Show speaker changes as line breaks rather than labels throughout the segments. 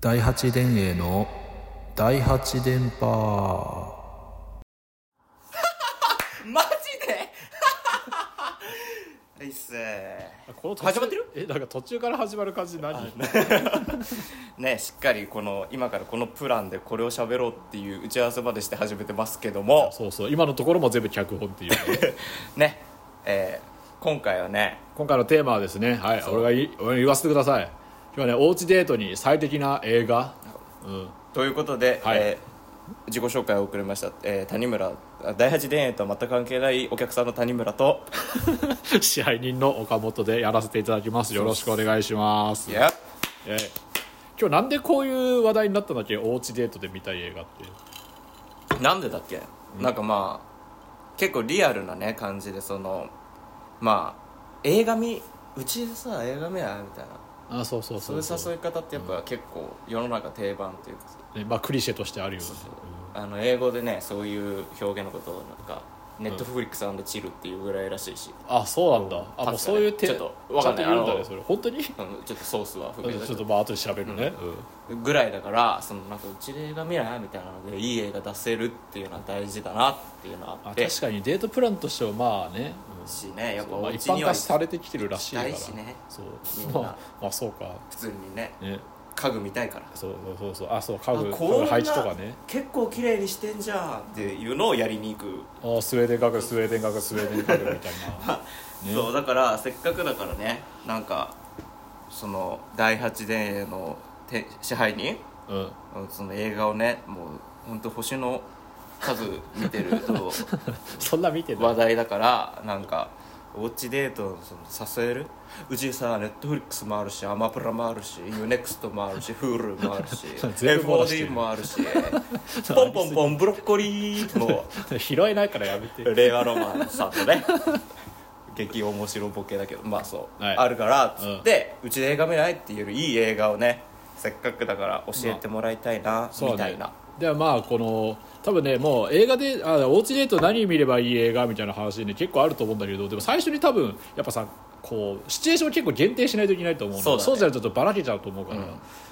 第八電営の第八電波
マジで はいっす
この途中
始まってる
えなんか途中から始まる感じ何
ねしっかりこの今からこのプランでこれを喋ろうっていう打ち合わせまでして始めてますけども
そうそう今のところも全部脚本っていうね、
ねえー今回はね
今回のテーマはですねはい俺がい俺が言わせてください今日はねおうちデートに最適な映 画、うん、
ということで、
はい
えー自己紹介を送りました、えー谷村あ第八田園とは全く関係ないお客さんの谷村と
支配人の岡本でやらせていただきますよろしくお願いします
いや
えー今日なんでこういう話題になったんだっけおうちデートで見たい映画って
なんでだっけ、なんかまあ結構リアルなね感じでそのまあ映画見うちでさ映画見やみたいな
あそうそう
そう
そ
いうう誘い方ってやっぱ結構世の中定番というかさ
ねまあクリシェとしてあるよね
あの英語でねそういう表現のことをなんかネットフリックスチルっていうぐらいらしいし、
あそうなんだあもうそういう手
ちょっとわかんない
ちゃんと言うんだ
あの
ねそれ本 当にち
うんちょっとソースは含め
ょ
て
っとまあ後で調べるね、うん
ぐらいだからそのなんかうちで映画見ないみたいなのでいい映画出せるっていうのは大事だなっていうのはあ
あ
って
確かにデートプランとしてはまあね、
しねやっぱ
ま
お
あ、
家
一
に
般
は
化されてきてるらしいから
行きたいしね
そう
みんな
まあ、まあそうか
普通にね
ね
家具見たいから
そうそうそうそうあそう家具
あ
家
こん
具
な
配置とかね
結構綺麗にしてんじゃんっていうのをやりに行く、
あスウェーデン家具スウェーデン家具スウェーデン家具みたい なね
そうだからせっかくだからねなんかその第八電営のて支配人
うん
うんその映画をねもう本当星の数見てる と
そんな見てな
話
い
題だからなんかウォッチデートのその誘えるうちさネットフリックスもあるしアマプラもあるしユネクストもあるし Hulu もある し
全部漏らしてる
FOD もあ るしポンポンポンブロッコリーも
拾えないからやめ て
令和ロマンさんとね 激面白ボケだけどまあそう、
はい
あるからっつって、うちで映画見ないっていうよりいい映画をねせっかくだから教えてもらいたいな、みたいな
ではまあこの多分ねもう映画であおうちデート何見ればいい映画みたいな話ね結構あると思うんだけどでも最初に多分やっぱさこうシチュエーションを結構限定しないといけないと思うの
そうだね
じゃないとちょっとばらけちゃうと思うから、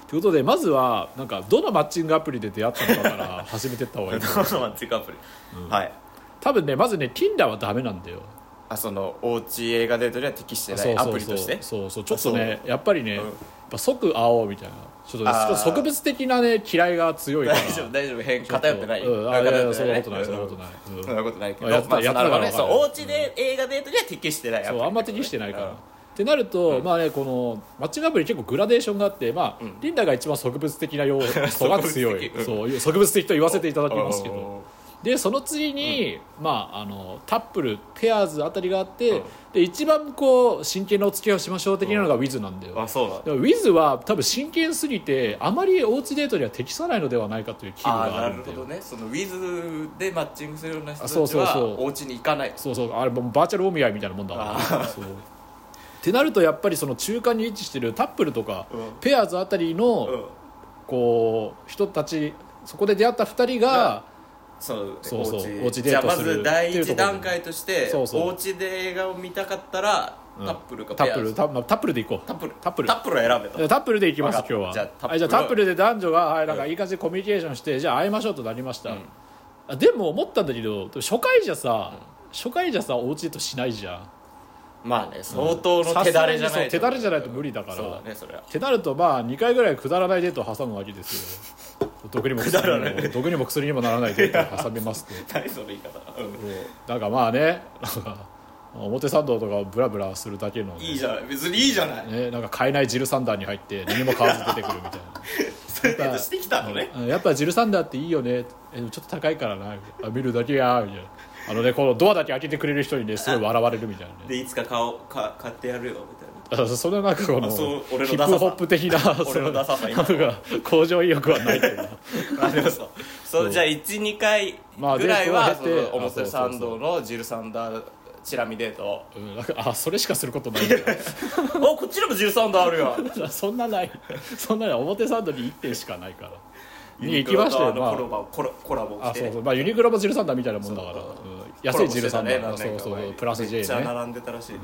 ということでまずはなんかどのマッチングアプリで出会ったのかから始めてった方がいいと思う
マッチングアプリ、はい
多分ねまずね Tinder はダメなんだよ
あそのおうち映画デートには適してな
そう
いア
そ
プ
う
リ
そ
と
う
して
そうそうちょっとねやっぱりね、
ん
やっぱ即会おうみたいなちょっとね
あー
植物的なね嫌いが強いから
大丈夫大丈夫変偏ってない
うんあいやいやそんな
偏って
こと
な
ないいそんなことない、うん
そんなことないけど
やった
まあ
やっ
な
た
るほどね
わか
そ
る
う
わ
お
か
うちで映画デートには適してないアプ
そ
リ
うあんま適してないから。
うん
ってなると、まあね、このマッチングアプリ結構グラデーションがあって、まあリンダが一番植物的な要 素が強
植物
い
的うん
そう植物的と言わせていただきますけ
お
どでその次に、まあ、あのタップルペアーズあたりがあって、で一番こう真剣なお付き合いをしましょう的なのがウィズなんだよ、
ーあそうなんだ
でもウィズは多分真剣すぎてあまりおうちデートには適さないのではないかという危惧
あー
があ
な
る
る
んだ
ほ
よ
どねそのウィズでマッチングするような人た
あそう
ち
そう
は
そう
お家に行かない
そうそうあれもうバーチャルお見合いみたいなもんだからそうってなるとやっぱりその中間に位置してるタップルとか、
うん
ペアーズあたりの、
うん
こう人たちそこで出会った2人が、
そう
そうそう
お
お
う
う
ち
ち
じゃあ
デート
ます
る
ず第
っていうと
一
ころで
段階として
そうそう
おうちで映画を見たかったらタ
うん
ップルか
タ
ペア
ップ
ー
ル
ズ
タッタップルで行こう
タップル
タップル
タップルを選べと
タップルで行きます
わかった
今日は
じゃあタップル
はいじゃあタップルで男女が、はい、なんかいい感じでコミュニケーションしてじゃあ会いましょうとなりました、
ん
あでも思ったんだけど初回じゃさ、初回じゃさおうちデートしないじゃん
まあね相当の手だれじゃ
さすが
ない
にそう手だれじゃないと無理だから
そうだねそれは
ってなるとまあ2回ぐらいくだらないデートを挟むわけです よ毒にも薬にも毒にも薬にもならないデートを挟みますと
何その言い方うん
なんかまあねなんか表参道とかをブラブラするだけのね、
いいじゃない別にいいじゃ ない
ね、なんか買えないジルサンダーに入って何も買わず出てくるみたいな
そう いうことしてきたのね
うんやっぱジルサンダーっていいよねえちょっと高いからなあ見るだけやみたいなあのねこのドアだけ開けてくれる人にねすごい笑われるみたいなね
でいつか買おうか買ってやるよみたいな
あのそのなんかこの
あそう俺の
ヒ
ダ
ッ
サさ
プホップ的な
俺のダサさ今の
そのなんか向上意欲はないというか
まあでもそうそうじゃあ12回
まあ
ぐらいは
デー
そ
トを経て
の表
あそうそうそ
参
う
道のジルサンダーチラ見デート
うんなんかあそれしかすることないんだ よ
あこっちにもジルサンダーあるよ
そんなないそんなない表参道に1点しかないから
ユ
に行
ニ
き
ク
ま
ロ
したよ、
と
ま
あの
あ
コラボコラコラボ
あ
して
そう
ね
そうまあユニクロもジルサンダーみたいなもんだから
そう
うん
コ
安
ラ
い
ボ
ジ
し
ル
て
サ
た
ンダ
ね
ー、
何
そ
年
う
か
そう
前
プラス
めっ
J
ちゃ
ね
並んでたらしいね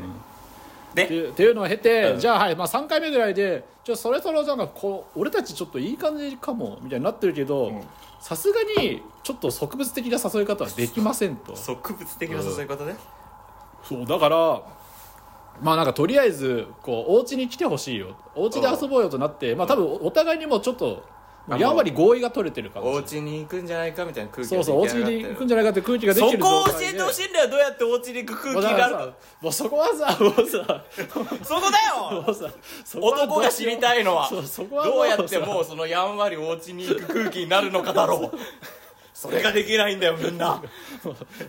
で
っていうっていうのを経て、
うん
じゃあ、はいまあ、3回目ぐらいでちょそろそろなんかこう俺たちちょっといい感じかもみたいになってるけど
ん
さすがにちょっと植物的な誘い方はできませんと
植物的な誘い方ね、
そうだからまあなんかとりあえずこうお家に来てほしいよお家で遊ぼうよとなって、まあ、多分お互いにもちょっと
あの
やんわり合意が取れてる感じ
お家に行くんじゃないかみたいな空気
そうそうお家に行くんじゃないかって空気がで
そ
きてる
こを教
状態
え
で
てほしいんだよどうやってお家に行く空気があるか
もうそこはさもうさ
そこだよ
もうさそこはど
男
うしよう
が知りたいのは
そうそこは
どうやって
さ
もうそのやんわりお家に行く空気になるのかだろうそれができないんだよみん な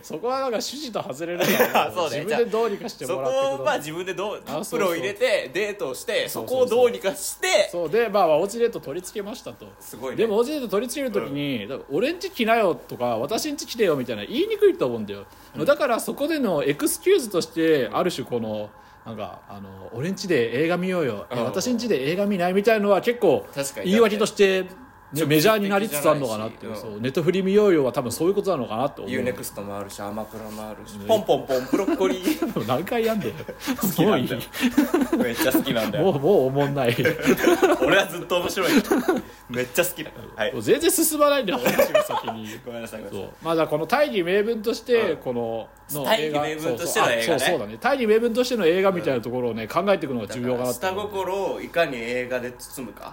そこはなんか趣旨と外れるから
そうね
自分でどうにかして
そ
もらってください
こをまあ自分でどうタ
あ
ッ
そ
プ
うそ
ル
う
を入れてデートをしてそ
そう
こ
そ
を
うそう
どうにかして
そうでまあおうちデート取り付けましたと
すごいね
でもおうちデート取り付けるときに、だから俺んち来なよとか私んち来てよみたいな言いにくいと思うんだよ、だからそこでのエクスキューズとしてある種このなんかあの俺んちで映画見ようよ、え
うん
私んちで映画見ないみたいのは結構
確かに
言い訳として、ね、メジャーになりつつあるのかなっていう,、
直接的じゃないしうん
そうネットフリ見ようよは多分そういうことなのかなと思う
ユーネクストもあるしアマプラもあるしポンポンポンブロッコリー
何回やん だよ
きなんだよ
も
めっちゃ好きなんだ
ういいもうもうおもんない
俺はずっと面白いめっちゃ好きだはい
全然進まないんだよ話が先に
ごめんなさいごめんなさい
そ
う
まあだからこの大義名分として
うん
このの
大義
映画
名分としての映画ね
そうそうあそうそうだね大義名分としての映画みたいなところをね考えていくのが重要かなって
下心をいかに映画で包むか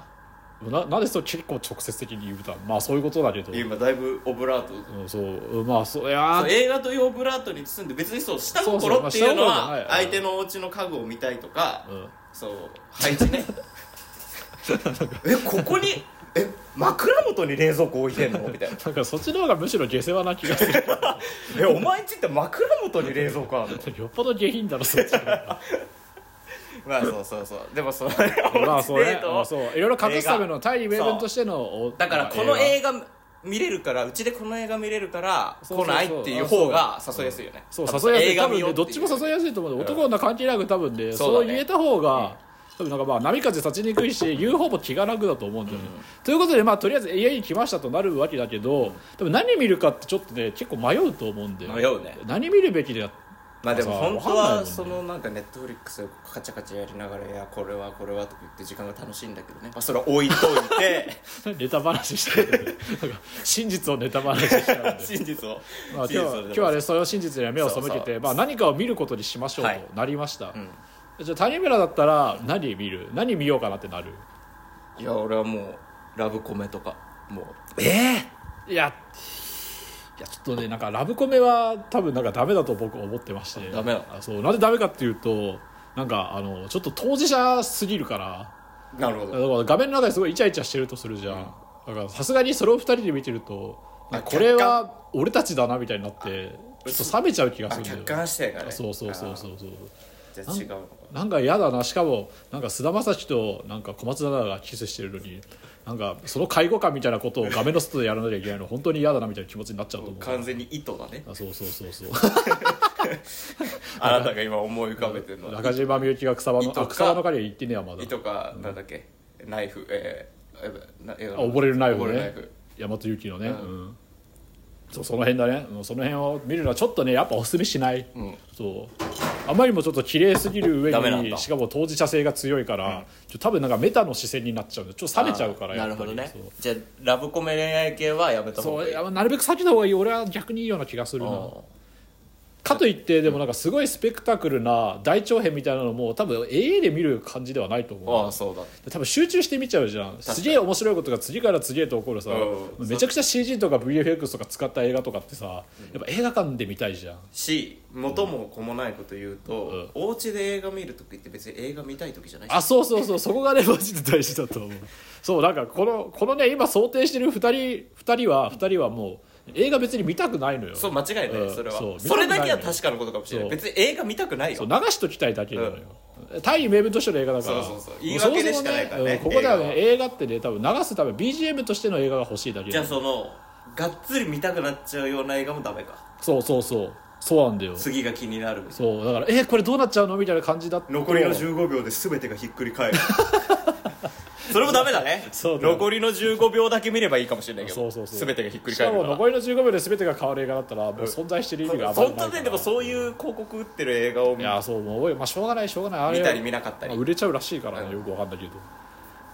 ななんでそう結構直接的に言うたのまあそういうことだけど
今だいぶオブラート
うんそうまあそういや
そう
ー
映画というオブラートに包んで別にそう下
そうそう
心
まあ
っていうの
下心じゃ
は
ない
相手のお家の家具を見たいとか、
うん
そう配置 ねえここにえ枕元に冷蔵庫置いてんのみたいな
なんかそっちの方がむしろ下世話な気がする
えお前んちって枕元に冷蔵庫あるの
よっぽど下品だろそっちの方が
まあそうそうそうでもその
まあそう
デ
ね
ートを
まあそういろいろ隠すための大義名分としてのお
だから
まあ
この映画見れるからうちでこの映画見れるから
そうそ
来
うそう
ないっていう方が誘いやすいよね
そう誘いやすい多分
よ
ねどっちも誘いやすいと思うんで男女関係なく多分ね
そうだ
そ
ね
う言えた方が多分なんかまあ波風立ちにくいし言う方も気が楽だと思うんだよねということでまあとりあえず家に来ましたとなるわけだけど多分何見るかってちょっとね結構迷うと思うんだよ
迷うね
何見るべきだ
まあでも
そう
本当
わかんないもん
は
ね
そのなんかネットフリックスカチャカチャやりながらいやこれはこれはとか言って時間が楽しいんだけどね、まあ、それは置いとい て
ネタ話してる なんか真実をネタ話しちゃうんで
真実を
ま
真
あ、今日
実
は
を
今日はねそれを真実には目を背けて
そうそう
まあ、何かを見ることにしましょう
はい
となりました、
ん
じゃあ谷村だったら何見る何見ようかなってなる
いや俺はもうラブコメとかもう
いやいやちょっとねなんかラブコメは多分なんかダメだと僕は思ってまして
ダメなの
あそうなんでダメかっていうとなんかあのちょっと当事者すぎるから
なるほ
だから画面の中ですごいイチャイチャしてるとするじゃん、だからさすがにそれを2人で見てるとなんか
あ
これは俺たちだなみたいになってちょっと冷めちゃう気が
あ
するんだよ
客観視点がね
そうそうそうそうそ
あー
う
じゃあ違うのか
なんか嫌だなしかもなんか菅田将暉となんか小松菜奈がキスしてるのになんかその介護官みたいなことを画面の外でやらなきゃいけないの本当に嫌だなみたいな気持ちになっちゃうと思う
完全に意図だね
あそうそうそうそう
あなたが今思い浮かべてるのは
中島みゆきが草場
意図
の
か
あ草場の彼は言ってねえやまだ
意とかなんだっけナイフえーえーなえー
あ溺れるナイフ
溺れるナイ
ね
フ
大和由紀のね、
うん
うんそうその辺だねもうその辺を見るのはちょっとねやっぱおすすめしない、
ん
そうあまりにもちょっと綺麗すぎる
ダメなん
上
だ
にしかも当事者性が強いから、ちょ多分なんかメタの視線になっちゃうんでちょっと冷めちゃうから
な
や
る
っ
ほ
ぱり
どね
そう
じゃあラブコメ恋愛系はやめた方
そ
が
う
い
い
い
やなるべく避けた方がいい俺は逆にいいような気がするなかといってでもなんかすごいスペクタクルな大長編みたいなのも多分 AA で見る感じではないと思う
ああそうだ
多分集中して見ちゃうじゃんすげえ面白いことが次から次へと起こるさ
うん
めちゃくちゃ CG とか VFX とか使った映画とかってさやっぱ映画館で見たいじゃん
し元も子もないこと言うと
ん、
お家で映画見る時って別に映画見たい時じゃない
あそうそうそうそこがねマジで大事だと思うそうなんかこのこのね今想定してる2人2人は2人はもう映画別に見たくないのよ
そう間違いない、
うん
それは
そう
それだけは
見たくないよ
確かなことかもしれない
そう
別に映画見たくない
そ
よ
う流しときたいだけなのよ、大義名分としての映画だから
そうそうそう言い訳でしかないからね
もうそもそもうんここではね
映
映画ってね多分流すため BGM としての映画が欲しいだけ
じゃあ
そう
そのがっつり見たくなっちゃうような映画もダメか
そうそうそうそうなんだよ
次が気になるみたい
そうだからえこれどうなっちゃうのみたいな感じだと
な残りの15秒で全てがひっくり返る それもダメだね
そうだよ
残りの15秒だけ見ればいいかもしれないけど
そうそうそう
全てがひっくり
しか
返る
も
から
残りの15秒で全てが変わる映画だったらもう存在してる意味があまり
本
ない
当
から
ねでもそういう広告打ってる映画を
い
見
やそうもうまあしょうがないしょうがないあれ
見たり見なかったり
まあ売れちゃうらしいからね
うん
よくわかんないけど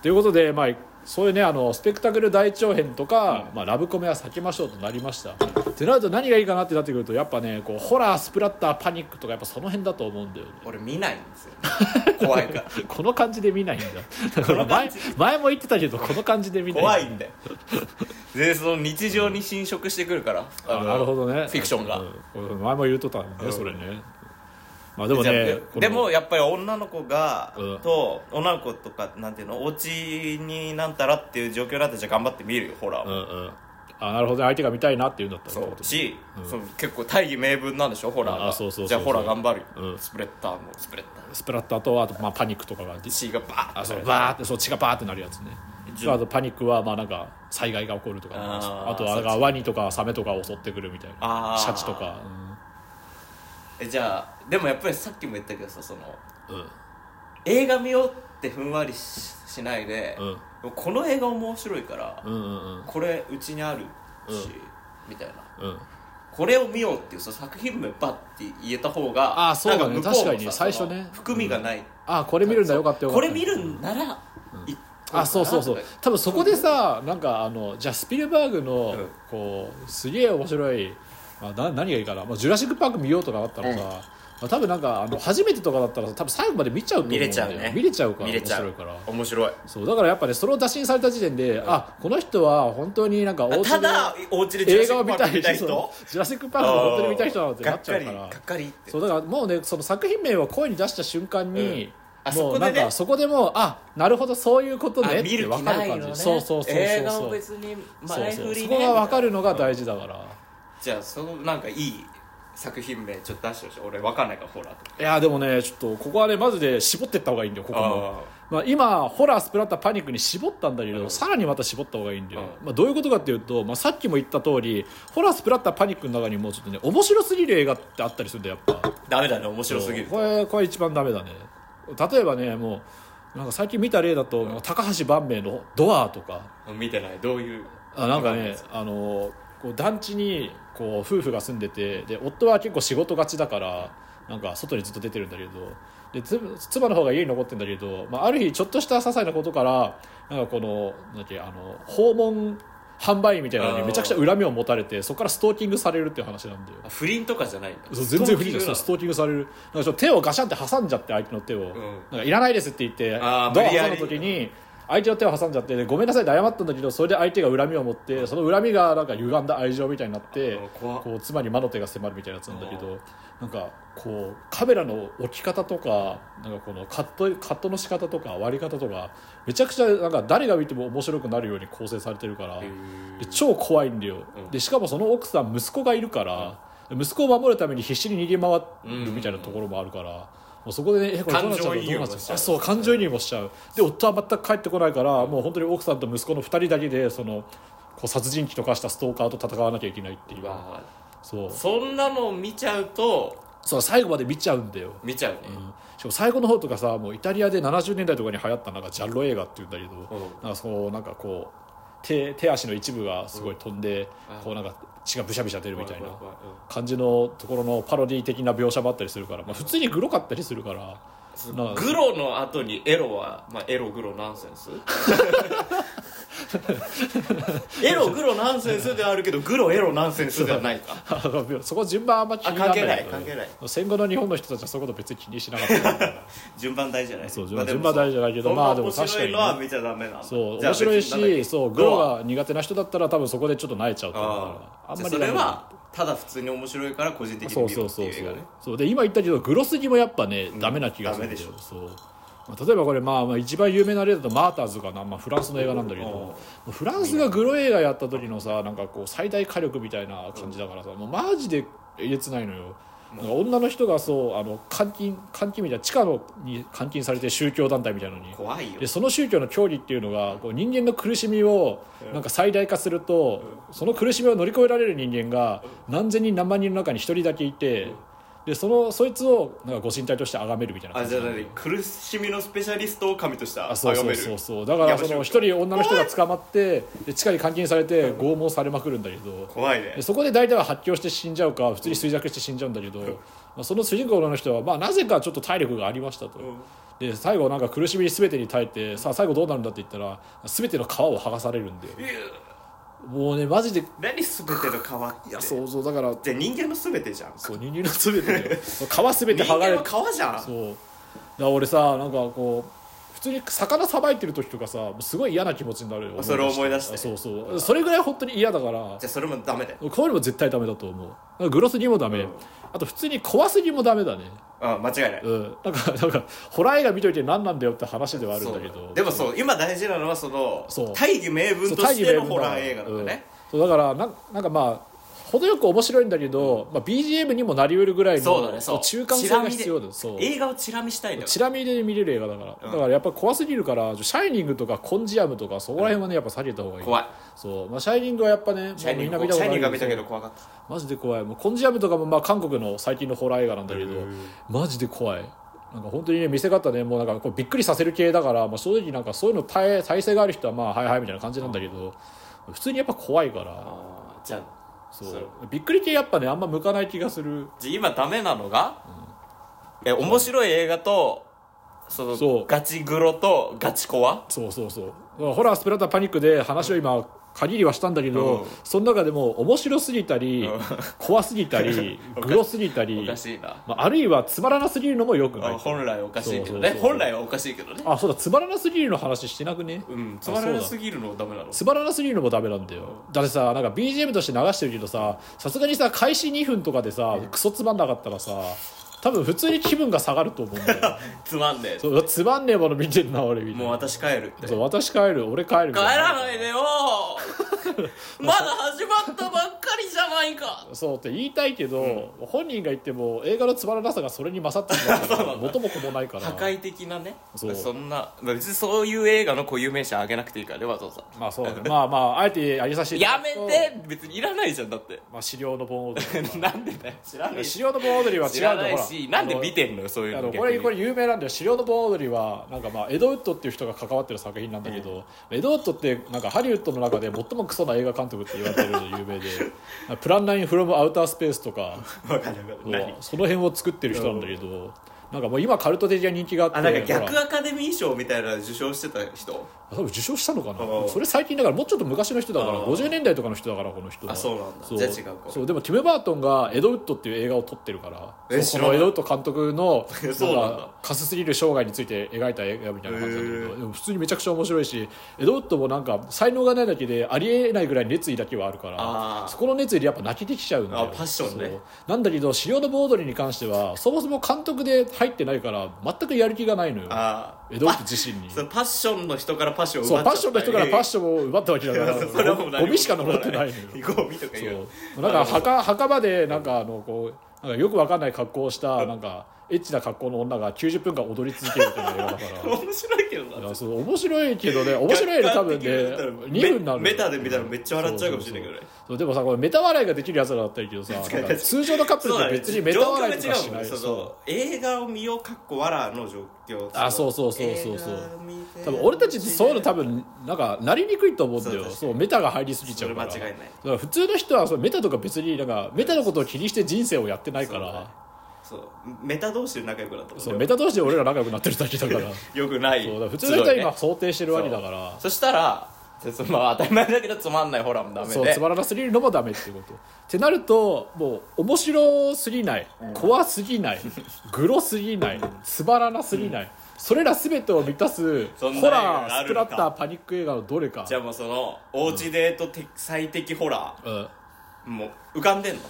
ということでまあそういうねあのスペクタクル大長編とか、まあ、ラブコメは避けましょうとなりましたってなると何がいいかなってなってくるとやっぱねこうホラースプラッターパニックとかやっぱその辺だと思うんだよね
俺見ないんですよ、ね、怖いから
この感じで見ない んだ前前も言ってたけどこの感じで 見ない
怖いんだよでその日常に侵食してくるからあ
あ
の
なるほどね
フィクションが、
うん前も言うとったもんね、
うん
それねまあでも
じゃあ
ねこの
でもやっぱり女の子が、
うん
と女の子とかなんていうのお家になんたらっていう状況になったらじゃあ頑張って見るよホラー
う
を、
んうんあなるほどね相手が見たいなって言うんだったら
そうし、その結構大義名分なんでしょホラーが
あそうそうそうそう
じゃあホラー頑張るよ、
うん
スプレッターもスプレッター
スプラッターとあとまあパニックとかが
血がバーッ
あそう
と
バーってそう血がバーってなるやつね
じゃあ
あとパニックはまあなんか災害が起こるとか
あー
あとはなんかワニとかサメとかを襲ってくるみたい
あ
な
ー
シャチとか、う
えじゃあでもやっぱりさっきも言ったけどさその
んうん、
映画見ようってふんわりししないで、
うん
でもこの映画面白いから、
うんうんうん
これうちにあるし、
うん
みたいな
うん
これを見ようっていうその作品名バッて言えた方が
あーそうだ
な
ね
ん向こもさ
確かにね
その
最初ね
含みがない、
あーこれ見るんだよかったよか
こ
った
れ見るんなら、い
あそうそうそう多分そこでさなんかあのじゃあスピルバーグの
うん
こうすげえ面白い、まあ、な何がいいかな、まあ、ジュラシック・パーク見ようとかだったらさ、
うん
まあ、多分なんかあの初めてとかだったら多分最後まで見ちゃうと思うんだ
見
よ
れちゃうね
見れちゃうから
見れちゃう
面白いから
面白い
そうだからやっぱねそれを打診された時点で、あこの人は本当になんかお家で
ただお家でジュラ
映
シ
画
ッ
を
ク
見
パー
た
ク見
い
たい
人
人
ジュラシック・パークを本当に見たい人なのってなっちゃうから
がっかりがっかりって
そうだからもうねその作品名を声に出した瞬間に、
うんあ
もう
そこで
なん
ね
かそこでもうあなるほどそういうことね
あ
っ
見
て
る
分
気
かる
ない
感
の
じ、
ね
そうそうそうそう
映画を
そう
別に
そう
前
そ
振
う
り
そ
ね
こが分かるのが大事だから、
じゃあそのなんかいい作品名ちょっと出してほしい俺わかんないからホラーとか
いやでもねちょっとここはねまずで絞っていった方がいいんだよここも
あ
まあ、今ホラースプラッターパニックに絞ったんだけど、
うん
さらにまた絞った方がいいんだよ、
う
まあ、どういうことかっていうと、まあ、さっきも言った通りホラースプラッターパニックの中にもちょっとね面白すぎる映画ってあったりするんだよやっぱ
ダメだね面白すぎる
これこれ一番ダメだね例えばねもうなんか最近見た例だと、高橋晩明の「ドア」とか
見てないどういう
あなんか
わんないで
ね
す
あのこう団地にこう夫婦が住んでてで夫は結構仕事がちだからなんか外にずっと出てるんだけどでつ妻の方が家に残ってんだけど、まあ、ある日ちょっとした些細なことからなんかこのなんだっけあの訪問販売員みたいなのにめちゃくちゃ恨みを持たれてそこからストーキングされるっていう話なんだよ
あ不倫とかじゃないんだ
そう全然不利じゃんそうス
スト
トーキングされるなんかちょっと手をガシャンって挟んじゃって相手の手を、なんかいらないですって言ってド
あ
ア
ー
を
無理や
挟む
り
時に相手の手を挟んじゃってでごめんなさいって謝ったんだけどそれで相手が恨みを持ってその恨みがなんか歪んだ愛情みたいになって
あー怖っ
こう妻に魔の手が迫るみたいなやつなんだけどなんかこうカメラの置き方とかなんかこのカットカットの仕方とか割り方とかめちゃくちゃなんか誰が見ても面白くなるように構成されてるから。で超怖いんだよ、
うん
でしかもその奥さん息子がいるから、息子を守るために必死に逃げ回るみたいなところもあるから、もうそこでねえこれどうなっちゃ
感情
うの
移入
どうな
も
っち
しちゃ
ゃうあ
う
そう感情移入もしちゃうで夫は全く帰ってこないからもう本当に奥さんと息子の2人だけでそのこう殺人鬼とかしたストーカーと戦わなきゃいけないっていう
うわ
そう
そんなの見ちゃうと
そう最後まで見ちゃうんだよ
見ちゃうね、
しかも最後の方とかさもうイタリアで70年代とかに流行ったなんかジャンロ映画っていうんだけど、
うん
なんかそうなんかこう手手足の一部がすごい飛んで、
うん
こうなんか血がブシャブシャ出るみたいな
怖怖怖いうん
感じのところのパロディ的な描写もあったりするから、まあ、普通にグロかったりするからなんか
グロの後にエロは、まあ、エログロナンセ ンスエログロナンセンスではあるけどグロエロナンセンスではないか
そこ順番あんま気にならない
あ関係ない関係ない
戦後の日本の人たちはそういうこと別に気にしなかった から
順番大事じゃない
そう
まあでも
順番大事じゃないけど
そん
まあでも
面白いの
確
は見ちゃダメなの
そう
じゃあ
面白い
別になんだっけ
しそうグロが苦手な人だったら多分そこでちょっと萎えちゃうと思う
あ
から
あ
あん
ん
ま
まり
りダ
そ
メ
れ
だ
はただ普通に面白いから個人的に
そう
見
そ
る
う
って
そ
いう
う
映
そ
画
う
ね
そうで今言ったけどグロすぎもやっぱねダメな気がするんだ
ダ
よ
メでし
そう、まあ、例えばこれまあまあ一番有名な例だと「マーターズ」かな、まあ、フランスの映画なんだけどフランスがグロ映画やった時のさなんかこう最大火力みたいな感じだからさもうマジでえげつないのよなんか女の人がそうあの監禁監禁みたいな地下のに監禁されて宗教団体みたいのに
怖いよ
でその宗教の教義っていうのがこう人間の苦しみをなんか最大化するとその苦しみを乗り越えられる人間が何千人何万人の中に一人だけいてでそのそいつをなんかご神体として崇めるみたいな
あ
感
じゃ
じ
あ何苦しみのスペシャリストを神として
あそう
崇
そ
め
う
る
そうそうだからそ
や
の
ばい
一人女の人が捕まってで地下に監禁されて拷問されまくるんだけど
怖いね
でそこで大体は発狂して死んじゃうか普通に衰弱して死んじゃうんだけど、まあ、その主人公の人は、まあ、なぜかちょっと体力がありましたと、で最後なんか苦しみに全てに耐えてさあ最後どうなるんだって言ったら全ての皮を剥がされるんでもうねマジでい
何全ての皮って
やそうそうだから
じゃあ人間の全てじゃん
そう人間の全て だよ皮全て
人
剥が
間
れ
の
る
皮じゃん
そうだから俺さなんかこう普通に魚さばいてる時とかさもうすごい嫌な気持ちになるよ
それを思い出して
あそうそうそれぐらい本当に嫌だから
じゃあそれもダメだよ
こういうのも絶対ダメだと思うだからグロすぎもダメ、あと普通に怖すぎもダメだね
うん間違いない
うんなんか なんかホラー映画見といて何なんだよって話ではあるんだけ
そ
ど
うでもそう今大事なのはその
そう
大義名分としてのホラー映画だ
う
よ
ん
ね、
そうだからなんなんかまあ程よく面白いんだけど、まあ、BGM にもなりうるぐらいの
そうだねそう
中間性が必要だよそう
映画をチラ見したいのよ
チラ見で見れる映画だから、
うん
だからやっぱ怖すぎるから「シャイニング」とか「コンジアム」とかそこら辺はねやっぱ避けた方がいい
怖い
そう、まあ、シャイニングはやっぱねも
シャ
う
イ
み
ニン
んな
グ
見たこ
シャ
とあ
イニン
る
グは見たけど
ど
怖かった
マジで怖いもうコンジアムとかもまあ韓国の最近のホラー映画なんだけどマジで怖いなんか本当にね見せ方ねもうなんかこうびっくりさせる系だから、まあ、正直なんかそういうの耐え耐性がある人はまあはいはいみたいな感じなんだけど普通にやっぱ怖いから
あーじゃあ
そう
そう
びっくり系やっぱねあんま向かない気がする
じゃあ今ダメなのが、え面白い映画とその
そう
ガチグロとガチコア
そうそうそうだからホラースプラッターパニックで話を今限りはしたんだけど、
うん
その中でも面白すぎたり、怖すぎ たりグロすぎた
お
り
かしいな、
まあ、あるいはつまらなすぎるのもよくな
あ
い
本来おかしいけどね
そうそうそう
本来はおかしいけどね
あそうだつまらなすぎるの話してなくね
うんつ
そう
ま
だ
らなすぎるのダメなの
つまらなすぎるのもダメなんだよだってさなんか BGM として流してるけどささすがにさ開始2分とかでさクソつまんなかったらさ多分普通に気分が下がると思うん だよ
つまんね
そうつまんねえもの見てるな俺みた
も
い
う
な
私帰るって
そう私帰る俺帰るみ
帰
たいな
らないでよ まだ始まったばっかりじゃないか
そうって言いたいけど、本人が言っても映画のつまらなさがそれに勝ってしまうから元も子もないから
破壊的なね
そうん
な別にそういう映画の固有名詞あげなくていいからねわざわざ
まあそうだねまあまああえてあげさせてい
や
だく
め
と
て別にいらないじゃんだって
まあ、資料の盆踊 り
なんでだよ知らねえし
資料の盆踊りは違うん
知
だ
らないし
ほら
なんで見てんのよそういう
あ
の
の
逆
これ
に
これ有名なんだよ「資料の盆踊りは」なんかまあエドウッドっていう人が関わってる作品なんだけど、エドウッドってなんかハリウッドの中で最もクソな映画監督って言われてるので有 名で「プランナイン・フロム・アウター・スペース」とか
わかるわかる 何
その辺を作ってる人なんだけどなんかもう今カルト的な人気があって
あなんか
ほ
逆
ら
アカデミー賞みたいなの受賞してた人
多分受賞したのか
うん
なそれ最近だからもうちょっと昔の人だから
うん
50年代とかの人だからこの人は
あそうなんだ
そう
じゃあ違うか
そうでもティム・バートンが「エドウッド」っていう映画を撮ってるから
え知
そう
ら
こ
な
の
い
エドウッド監督の
そうなんだ
かかすすぎる生涯について描いた映画みたいな感じだけど、
へー
でも普通にめちゃくちゃ面白いしエドウッドもなんか才能がないだけでありえないぐらい熱意だけはあるか
あ
ら
ー
そこの熱意でやっぱ泣きてきちゃうんだよ
あパッションね
そうなんだけど「資料の盆踊り」に関してはそもそも監督で入ってないから全くやる気がないのよ
あ
エドウッド自身 に
あそのパッションの人からパッションを
そう
奪っち
パ
ゃ
ッ
った
ションの人からパッションを奪ったわけだか
それ
ら
はもう何も
ゴミしか残ってないのよ
ゴミとか言う
そうなんか墓墓場でなんかあのこうなんかよくわかんない格好をしたなんかエッチな格好の女が90分間踊り続けるっていう映画だか
面白いけど
らい
な
やそう面白いけどね面白いの多分ね
客観的に見たら
2分になる
メメタで見たらめっちゃ笑っちゃうかもしれないけどね
そうそうそうでもさこれメタ笑いができるやつらだったらいいけどさ
かに
なんか通常のカップル
そう
っ
だ
て
ね
別にメタ笑いとかしない
状況が違うもんねそ
そう
の映画を見ようかっこわらの状況
あそうそうそうそうそう
映画を見て
多分俺たちってそういうの多分なんかなりにくいと思うんだ
そう
よ
確
そうメタが入りすぎちゃうから
それ間違いない
だから普通の人はそうメタとか別になんかメタのことを気にして人生をやってないか
そうだね
ら
そうメタ同士で仲良くなったもんね
そうメタ同士で俺ら仲良くなってるだけだから
よくない
そうだから普通の人は
すごい
今
ね
想定してるわけだから
そしたらでそまあ当たり前だけどつまんないホラーもダメで
そうつまらなすぎるのもダメっていうことってなるともう面白すぎない怖すぎ ないグロすぎないつまらなすぎないそれら全てを満たす
そんな
ホ
映画が
ラー
ある
スプ
の
ラ
か
ッターパニック映画のどれか
じゃあもうそのおうちデート的最適ホラ
うん
ーもう浮かんでんの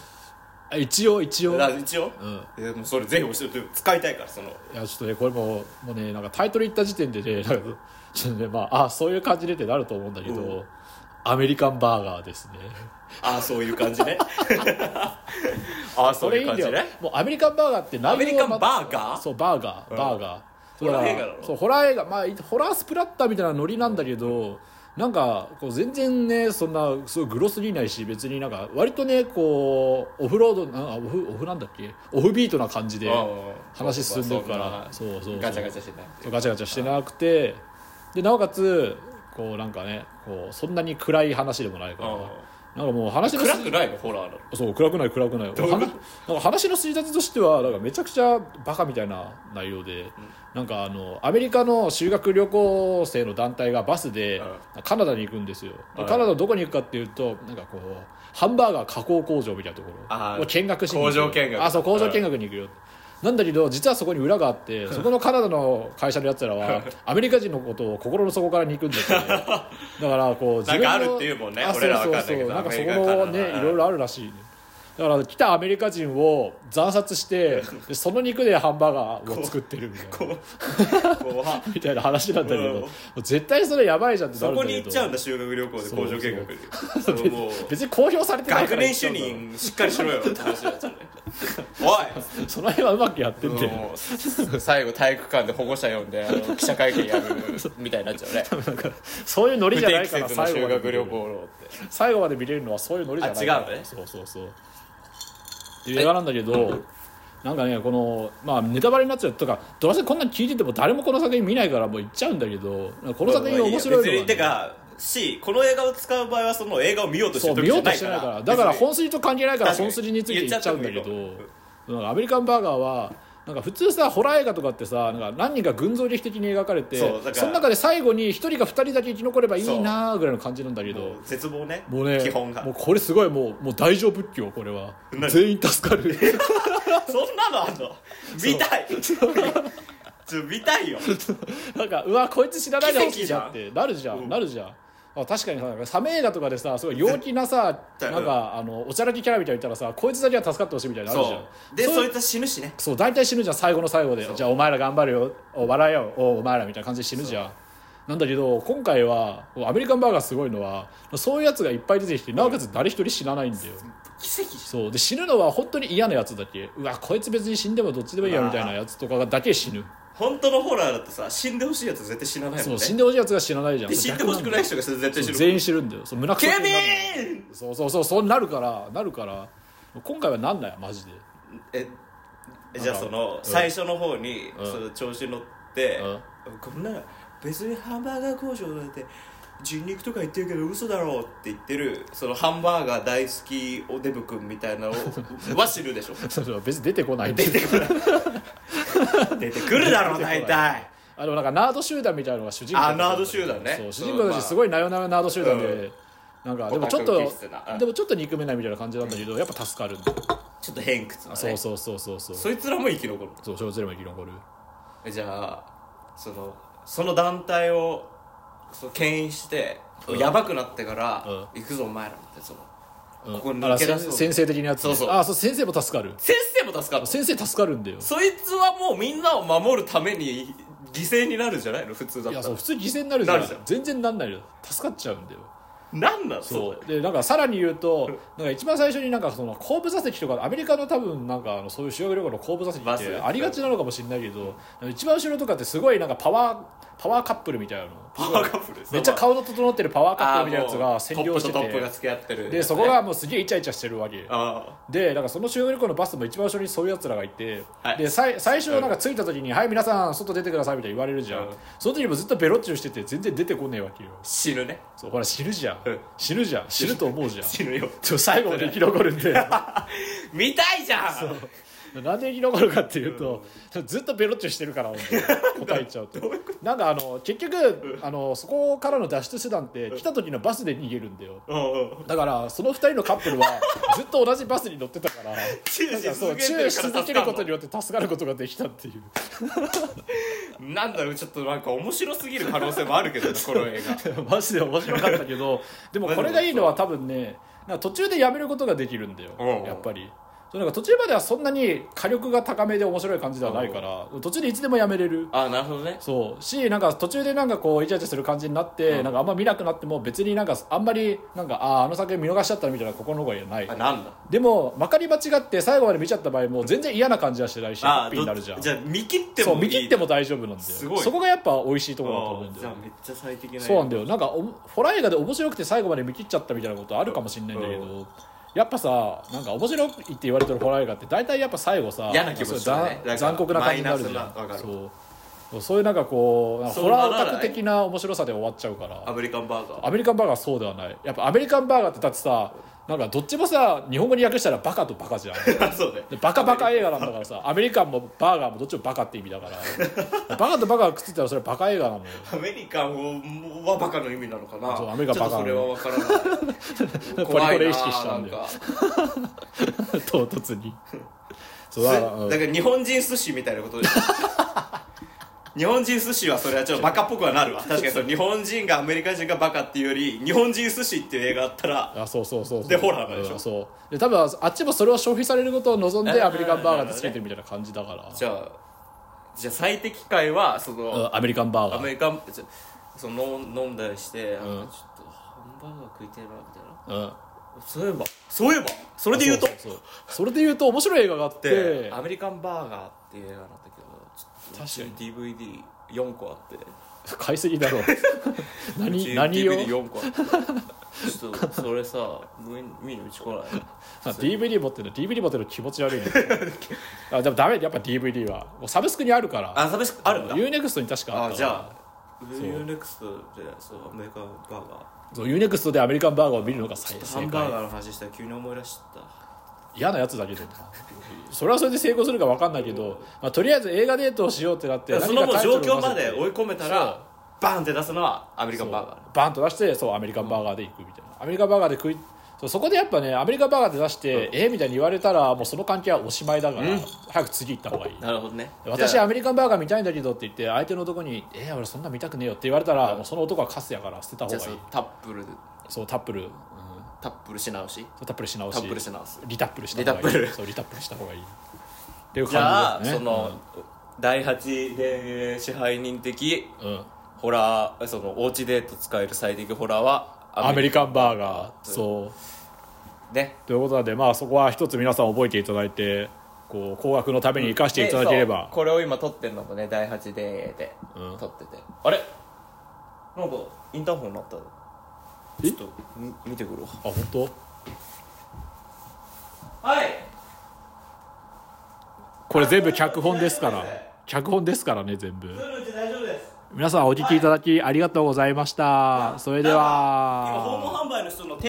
あ一応一応
だから一応
うん
いやもうそれぜひ教えて使いたいからその
いやちょっとねこれもうもうねなんかタイトル言った時点でね なんかちょっとねまああそういう感じでってなると思うんだけど、
うん
アメリカンバーガーですね
ああそういう感じ ねああそ
そうれ
い
いいうよ
感じね
もうアメリカンバーガーって
ア
内
メリ
容
カン
はま
バーガー
そうバーガーバーガーそ
ホ
う
ラー映画なの
そうホラー映画まあホラースプラッターみたいなノリなんだけど、なんかこう全然ねそんなすごいグロすぎないし別になんか割とねこうオフロードなんかオフオフなんだっけオフビートな感じで話進んでるから
そ
そうそうそう
ガチャガチャしてない
そうガチャガチャしてなくてでなおかつこうなんかねこうそんなに暗い話でもないから
うん
なんかもう話の
暗くないのホラーだ
そう暗くない暗くないはななんか話の筋立てとしてはなんかめちゃくちゃバカみたいな内容で、なんかあのアメリカの修学旅行生の団体がバスでカナダに行くんですよ、で
はい
カナダどこに行くかっていうとなんかこうハンバーガー加工工場みたいなとこ
あー
ろを見学しに行く
工場見学
あそう工場見学に行くよ、なんだけど実はそこに裏があってそこのカナダの会社のやつらはアメリカ人のことを心の底から憎んでてだからこう自
な
分の
んかあるっていうもんね
あ
俺ら
そうそう
わかんないけど
そう
アメリカ
なんかそこ
カ
の
ナ
ね
ダ
いろいろあるらしいねだから来たアメリカ人を惨殺して でその肉でハンバーガーを作ってるみたいな
ろう
みたいな話なんだけ
うん
ど絶対それやばいじゃんってな
そ
るんだ
こ
けど
に行っちゃうんだ修学旅行で工場見学それもう
別に公表されてないか
学
ら
年主任しっかりしろよって話になっちゃうねお
その辺はうまくやってんだ
い
よ
もう最後体育館で保護者呼んであの記者会見やるみたいになっちゃうね
そういうノリ
不
じゃない
適
から
切な
最後
修
まで
学旅行ろうって
最後まで見れるのはそういうノリじゃないから
あ違うね
そうそうそうっていう映画なんだけどなんかねこのまあネタバレになっちゃうとかどうせこんなの聞いてても誰もこの作品見ないからもう言っちゃうんだけどこの作品面白いのは、ね、
別にてかしこの映画を使う場合はその映画を見ようとして
そう
る
見
時じ
よ
ゃ
うと
ない
して
か
ないかららだから
別に
本筋と関係ないから
確かに
本筋について言っちゃうんだけど
言っちゃってもいい
なんかアメリカンバーガーはなんか普通さホラー映画とかってさなんか何人か群像劇的に描かれて
そうだから
の中で最後に1人か2人だけ生き残ればいいなーぐらいの感じなんだけど
もう絶望ね
もうね
基本が
もうこれすごいもうもう大乗仏教これは
何
全員助 かる
そんなのあんの見たいちょ見たいよ
なんかうわこいつ知らないでほしいじゃんっ
奇
てなるじゃん、
うん
なるじゃんあ確かにさなんかサメ映画とかでさすごい陽気なさ
対
なんかあのおちゃらけキャラみたいにいたらさこいつだけは助かってほしいみたいになるじ
そ
ゃん
うで
そういう
そいつは死ぬしね
そう大体死ぬじゃん最後の最後で
そう
じゃあお前ら頑張るよお笑えよおお前らみたいな感じで死ぬじゃんなんだけど今回はアメリカンバーガーすごいのはそういうやつがいっぱい出てきてなおかつ誰一人死なないんだよ
奇跡じ
そうで死ぬのは本当に嫌なやつだけうわこいつ別に死んでもどっちでもいいやみたいなやつとかがだけ死ぬ
ゃん本当のホラーだとさ死んでほしいやつは絶対死なないもんね
そう死んでほしいやつが死なないじゃん
で死んでほしくない人が絶対死
そう
ぬ
全員死ぬんだよそう胸くそ
ケ
になるの
ビン
そうそうそうそうなるからなるから今回はなんだよマジで
えじゃあその
ん
最初の方にその調子乗ってこんな別にハンバーガー工場だって人肉とか言ってるけど嘘だろうって言ってるそのハンバーガー大好きおデブ君みたいなの は知るでしょ
そうそう別に出てこないんだ
出て
よ
くる出てくるだろ
出てこない
大体
あでもなんかナード集団みたいなのが主人公
あナード集団ね
そう主人公たちすごいなよなよナード集団で、
うん
なんかでもちょっと
オタク気質なうん
でもちょっと憎めないみたいな感じなんだけどやっぱ助かるんだよ
ちょっと偏屈なね
そうそうそうそうそう
そいつらも生き残る
そう小ゼロも生き残る
じゃあそのその団体をその牽引して、
うん
やばくなってから、行くぞお前らってその
うん
ここ抜
あら
け出
先
そう
先生的なやつ
そうそう
あそう先生も助かる
先生も助かる
先生助かるんだよ
そいつはもうみんなを守るために犠牲になるんじゃないの普通だ
い
った
やそ
ら
う普通犠牲になるじゃん
なるじゃん
全然なんないよ助かっちゃうんだよ
なんなのそ
そうでなんかさらに言う となんか一番最初になんかその後部座席とかアメリカの多分なんかあのそういう修学旅行の後部座席
バ
っ
ス
てありがちなのかもしれないけど一番後ろとかってすごいなんかパワーパワーカップルみたいなの
パワーカップル
めっちゃ顔の整ってるパワーカップルみたいなやつが
あー
占
もう
領して
トップとトップが
て
付き合ってる
でそこがもうすげえイチャイチャしてるわけ
あ
でなんかその修学旅行のバスも一番後ろにそういうやつらがいて、
はい
でさい最初なんか着いた時に「はい皆さん外出てください」みたいに言われるじゃん、その時もずっとベロッチュしてて全然出てこねえわけよ
ー死ぬね
そうほら死ぬじゃん、
うん
死ぬじゃん死ぬと思うじゃん
死ぬよ
そう最後まで生き残るん でな
見たいじゃん
んで生き残るかっていうと、ずっとベロッチョしてるから俺答えちゃうとなんかあの結局あのそこからの脱出手段って来た時のバスで逃げるんだよ
うんうん
だからその2人のカップルはずっと同じバスに乗ってた から
注
なん
視
かそ
続
う
け
注
てるから
意し
助
続け
か
ること
る
によって助かることができたっていう
のなんだろうちょっとなんか面白すぎる可能性もあるけどねこの映画
マジで面白かったけ どでもこれがいいのは多分ねなんか途中でやめることができるんだよ
うん
やっぱりそうなんか途中まではそんなに火力が高めで面白い感じではないから途中でいつでもやめれる
あなるほどね
そうしなんか途中でなんかこうイチャイチャする感じになって、なんかあんま見なくなっても別になんかあんまりなんかあーあの作品見逃しちゃったらみたいな心の声がない
あなんだ
でもまかり間違って最後まで見ちゃった場合も全然嫌な感じはしてないしハ
あ
ッピーになるじゃん
どじゃあ見切ってもいう
そ
い
見切っても大丈夫なんだよ
すごい
そこがやっぱ美味しいところだと思う
あ
んだ
じゃ
よ
あめっちゃ最適な
そうなんだよなんかおホラー映画で面白くて最後まで見切っちゃったみたいなことあるかもしれないんだけど、やっぱさなんか面白いって言われてるホラー映画って大体やっぱ最後さ
嫌な気持ちだね
そうざん
なんか
残酷な感じになるじゃ
マイナスなわ
ん
かる
そうそういうなんかこう
そう
ホラーオ
なら
タ
ない
ク的な面白さで終わっちゃうから
アメリカンバーガー
アメリカンバーガーはそうではないやっぱアメリカンバーガーってだってさなんかどっちもさ日本語に訳したらバカとバカじゃん
そうね
でバカバカ映画なんだからさアメリカンもバーガーもどっちもバカって意味だからバカとバカがくっついたらそれはバカ映画なのよ
アメリカンをはバカの意味なのかな
そうアメリカンバ
ち
カ
ょっとそれは分からない怖
ポリコ
いな
レ意識しちゃうんだよ
なんか
唐突に そうだからうん
だから日本人寿司みたいなことでしょ日本人寿司はそれはちょっとバカっぽくはなるわ確かにその日本人がアメリカ人がバカっていうより日本人寿司っていう映画あったら
あそうそうそうそう
でホラーなんでしょ
うんそうで多分あっちもそれを消費されることを望んで
あー
アメリカンバーガーでつけてるみたいな感じだから
じゃあじゃあ最適解はその、
うんアメリカンバー
ア
ガ
メ
ー
リカンちょその飲ん飲んだりして、あ
うん
ちょっとハンバーガー食いてえなみたいな
うん
そういえばそういえばそれで言うと
そうそうそうそれで言うと面白い映画があっ
で
て
アメリカンバーガーっていう映画なんだけどちょっと
確
うち DVD4 個あって
買いすぎだろ
うち
何何を
DVD4 個あってちょっとそれさ見見にうち来ない
あ DVD 持ってるの DVD 持ってるの気持ち悪い ねあでもダメやっぱ DVD はもうサブスクにあるから
あ寂しくあるんだ
UNEXT に確かあっ
あ
た
じゃ
あ
あ UNEXT でそうアメリカンバーガー
UNEXT でアメリカンバーガーを見るのが最
ハ
正
ンバー
解
ガーの話したら急に思い出した
嫌なやつだけどなそれはそれで成功するか分かんないけど、まあ、とりあえず映画デートをしようってなって
そのもう
何かタイ
状
トルを
況
出せ
まで追い込めたらバンって出すのはアメリカンバーガー
バンと出してそうアメリカンバーガーで行くみたいなアメリカンバーガーで食いそうそこでやっぱねアメリカンバーガーで出して、えーみたいに言われたらもうその関係はおしまいだから、早く次行った方がいい
なるほどね
私
じゃあ
アメリカンバーガー見たいんだけどって言って相手の男に「えー、俺そんな見たくねえよ」って言われたら、もうその男はカスやから捨てた
じゃあ
方が
そ
い
の
い
タップル
そうタップル、うん
タップルし直し
タップルし直し
タップルし直す
リタップルした方がい
リ
い
タップル
そうリタップルした方がいいっていう
じゃ
感
あ、
じですね
その、第8で支配人的
うんうん
ホラーそのおうちデート使える最適ホラーは
ア
リ
メリカンバーガーそう
カね
ということなんでまあそこは一つ皆さん覚えていただいてこう高額のために生かしていただけれ
でそう
ば、
これを今撮ってるのもね第8でで
うん
撮ってて、あれなんかインターホン鳴った
え
ちょっとみ見てくるわ
あ本当
はい
これ全部脚本ですから脚本ですからね全部
夜うち大丈夫です
皆さんお聞きいただきありがとうございましたそれでは
今訪問販売の人の手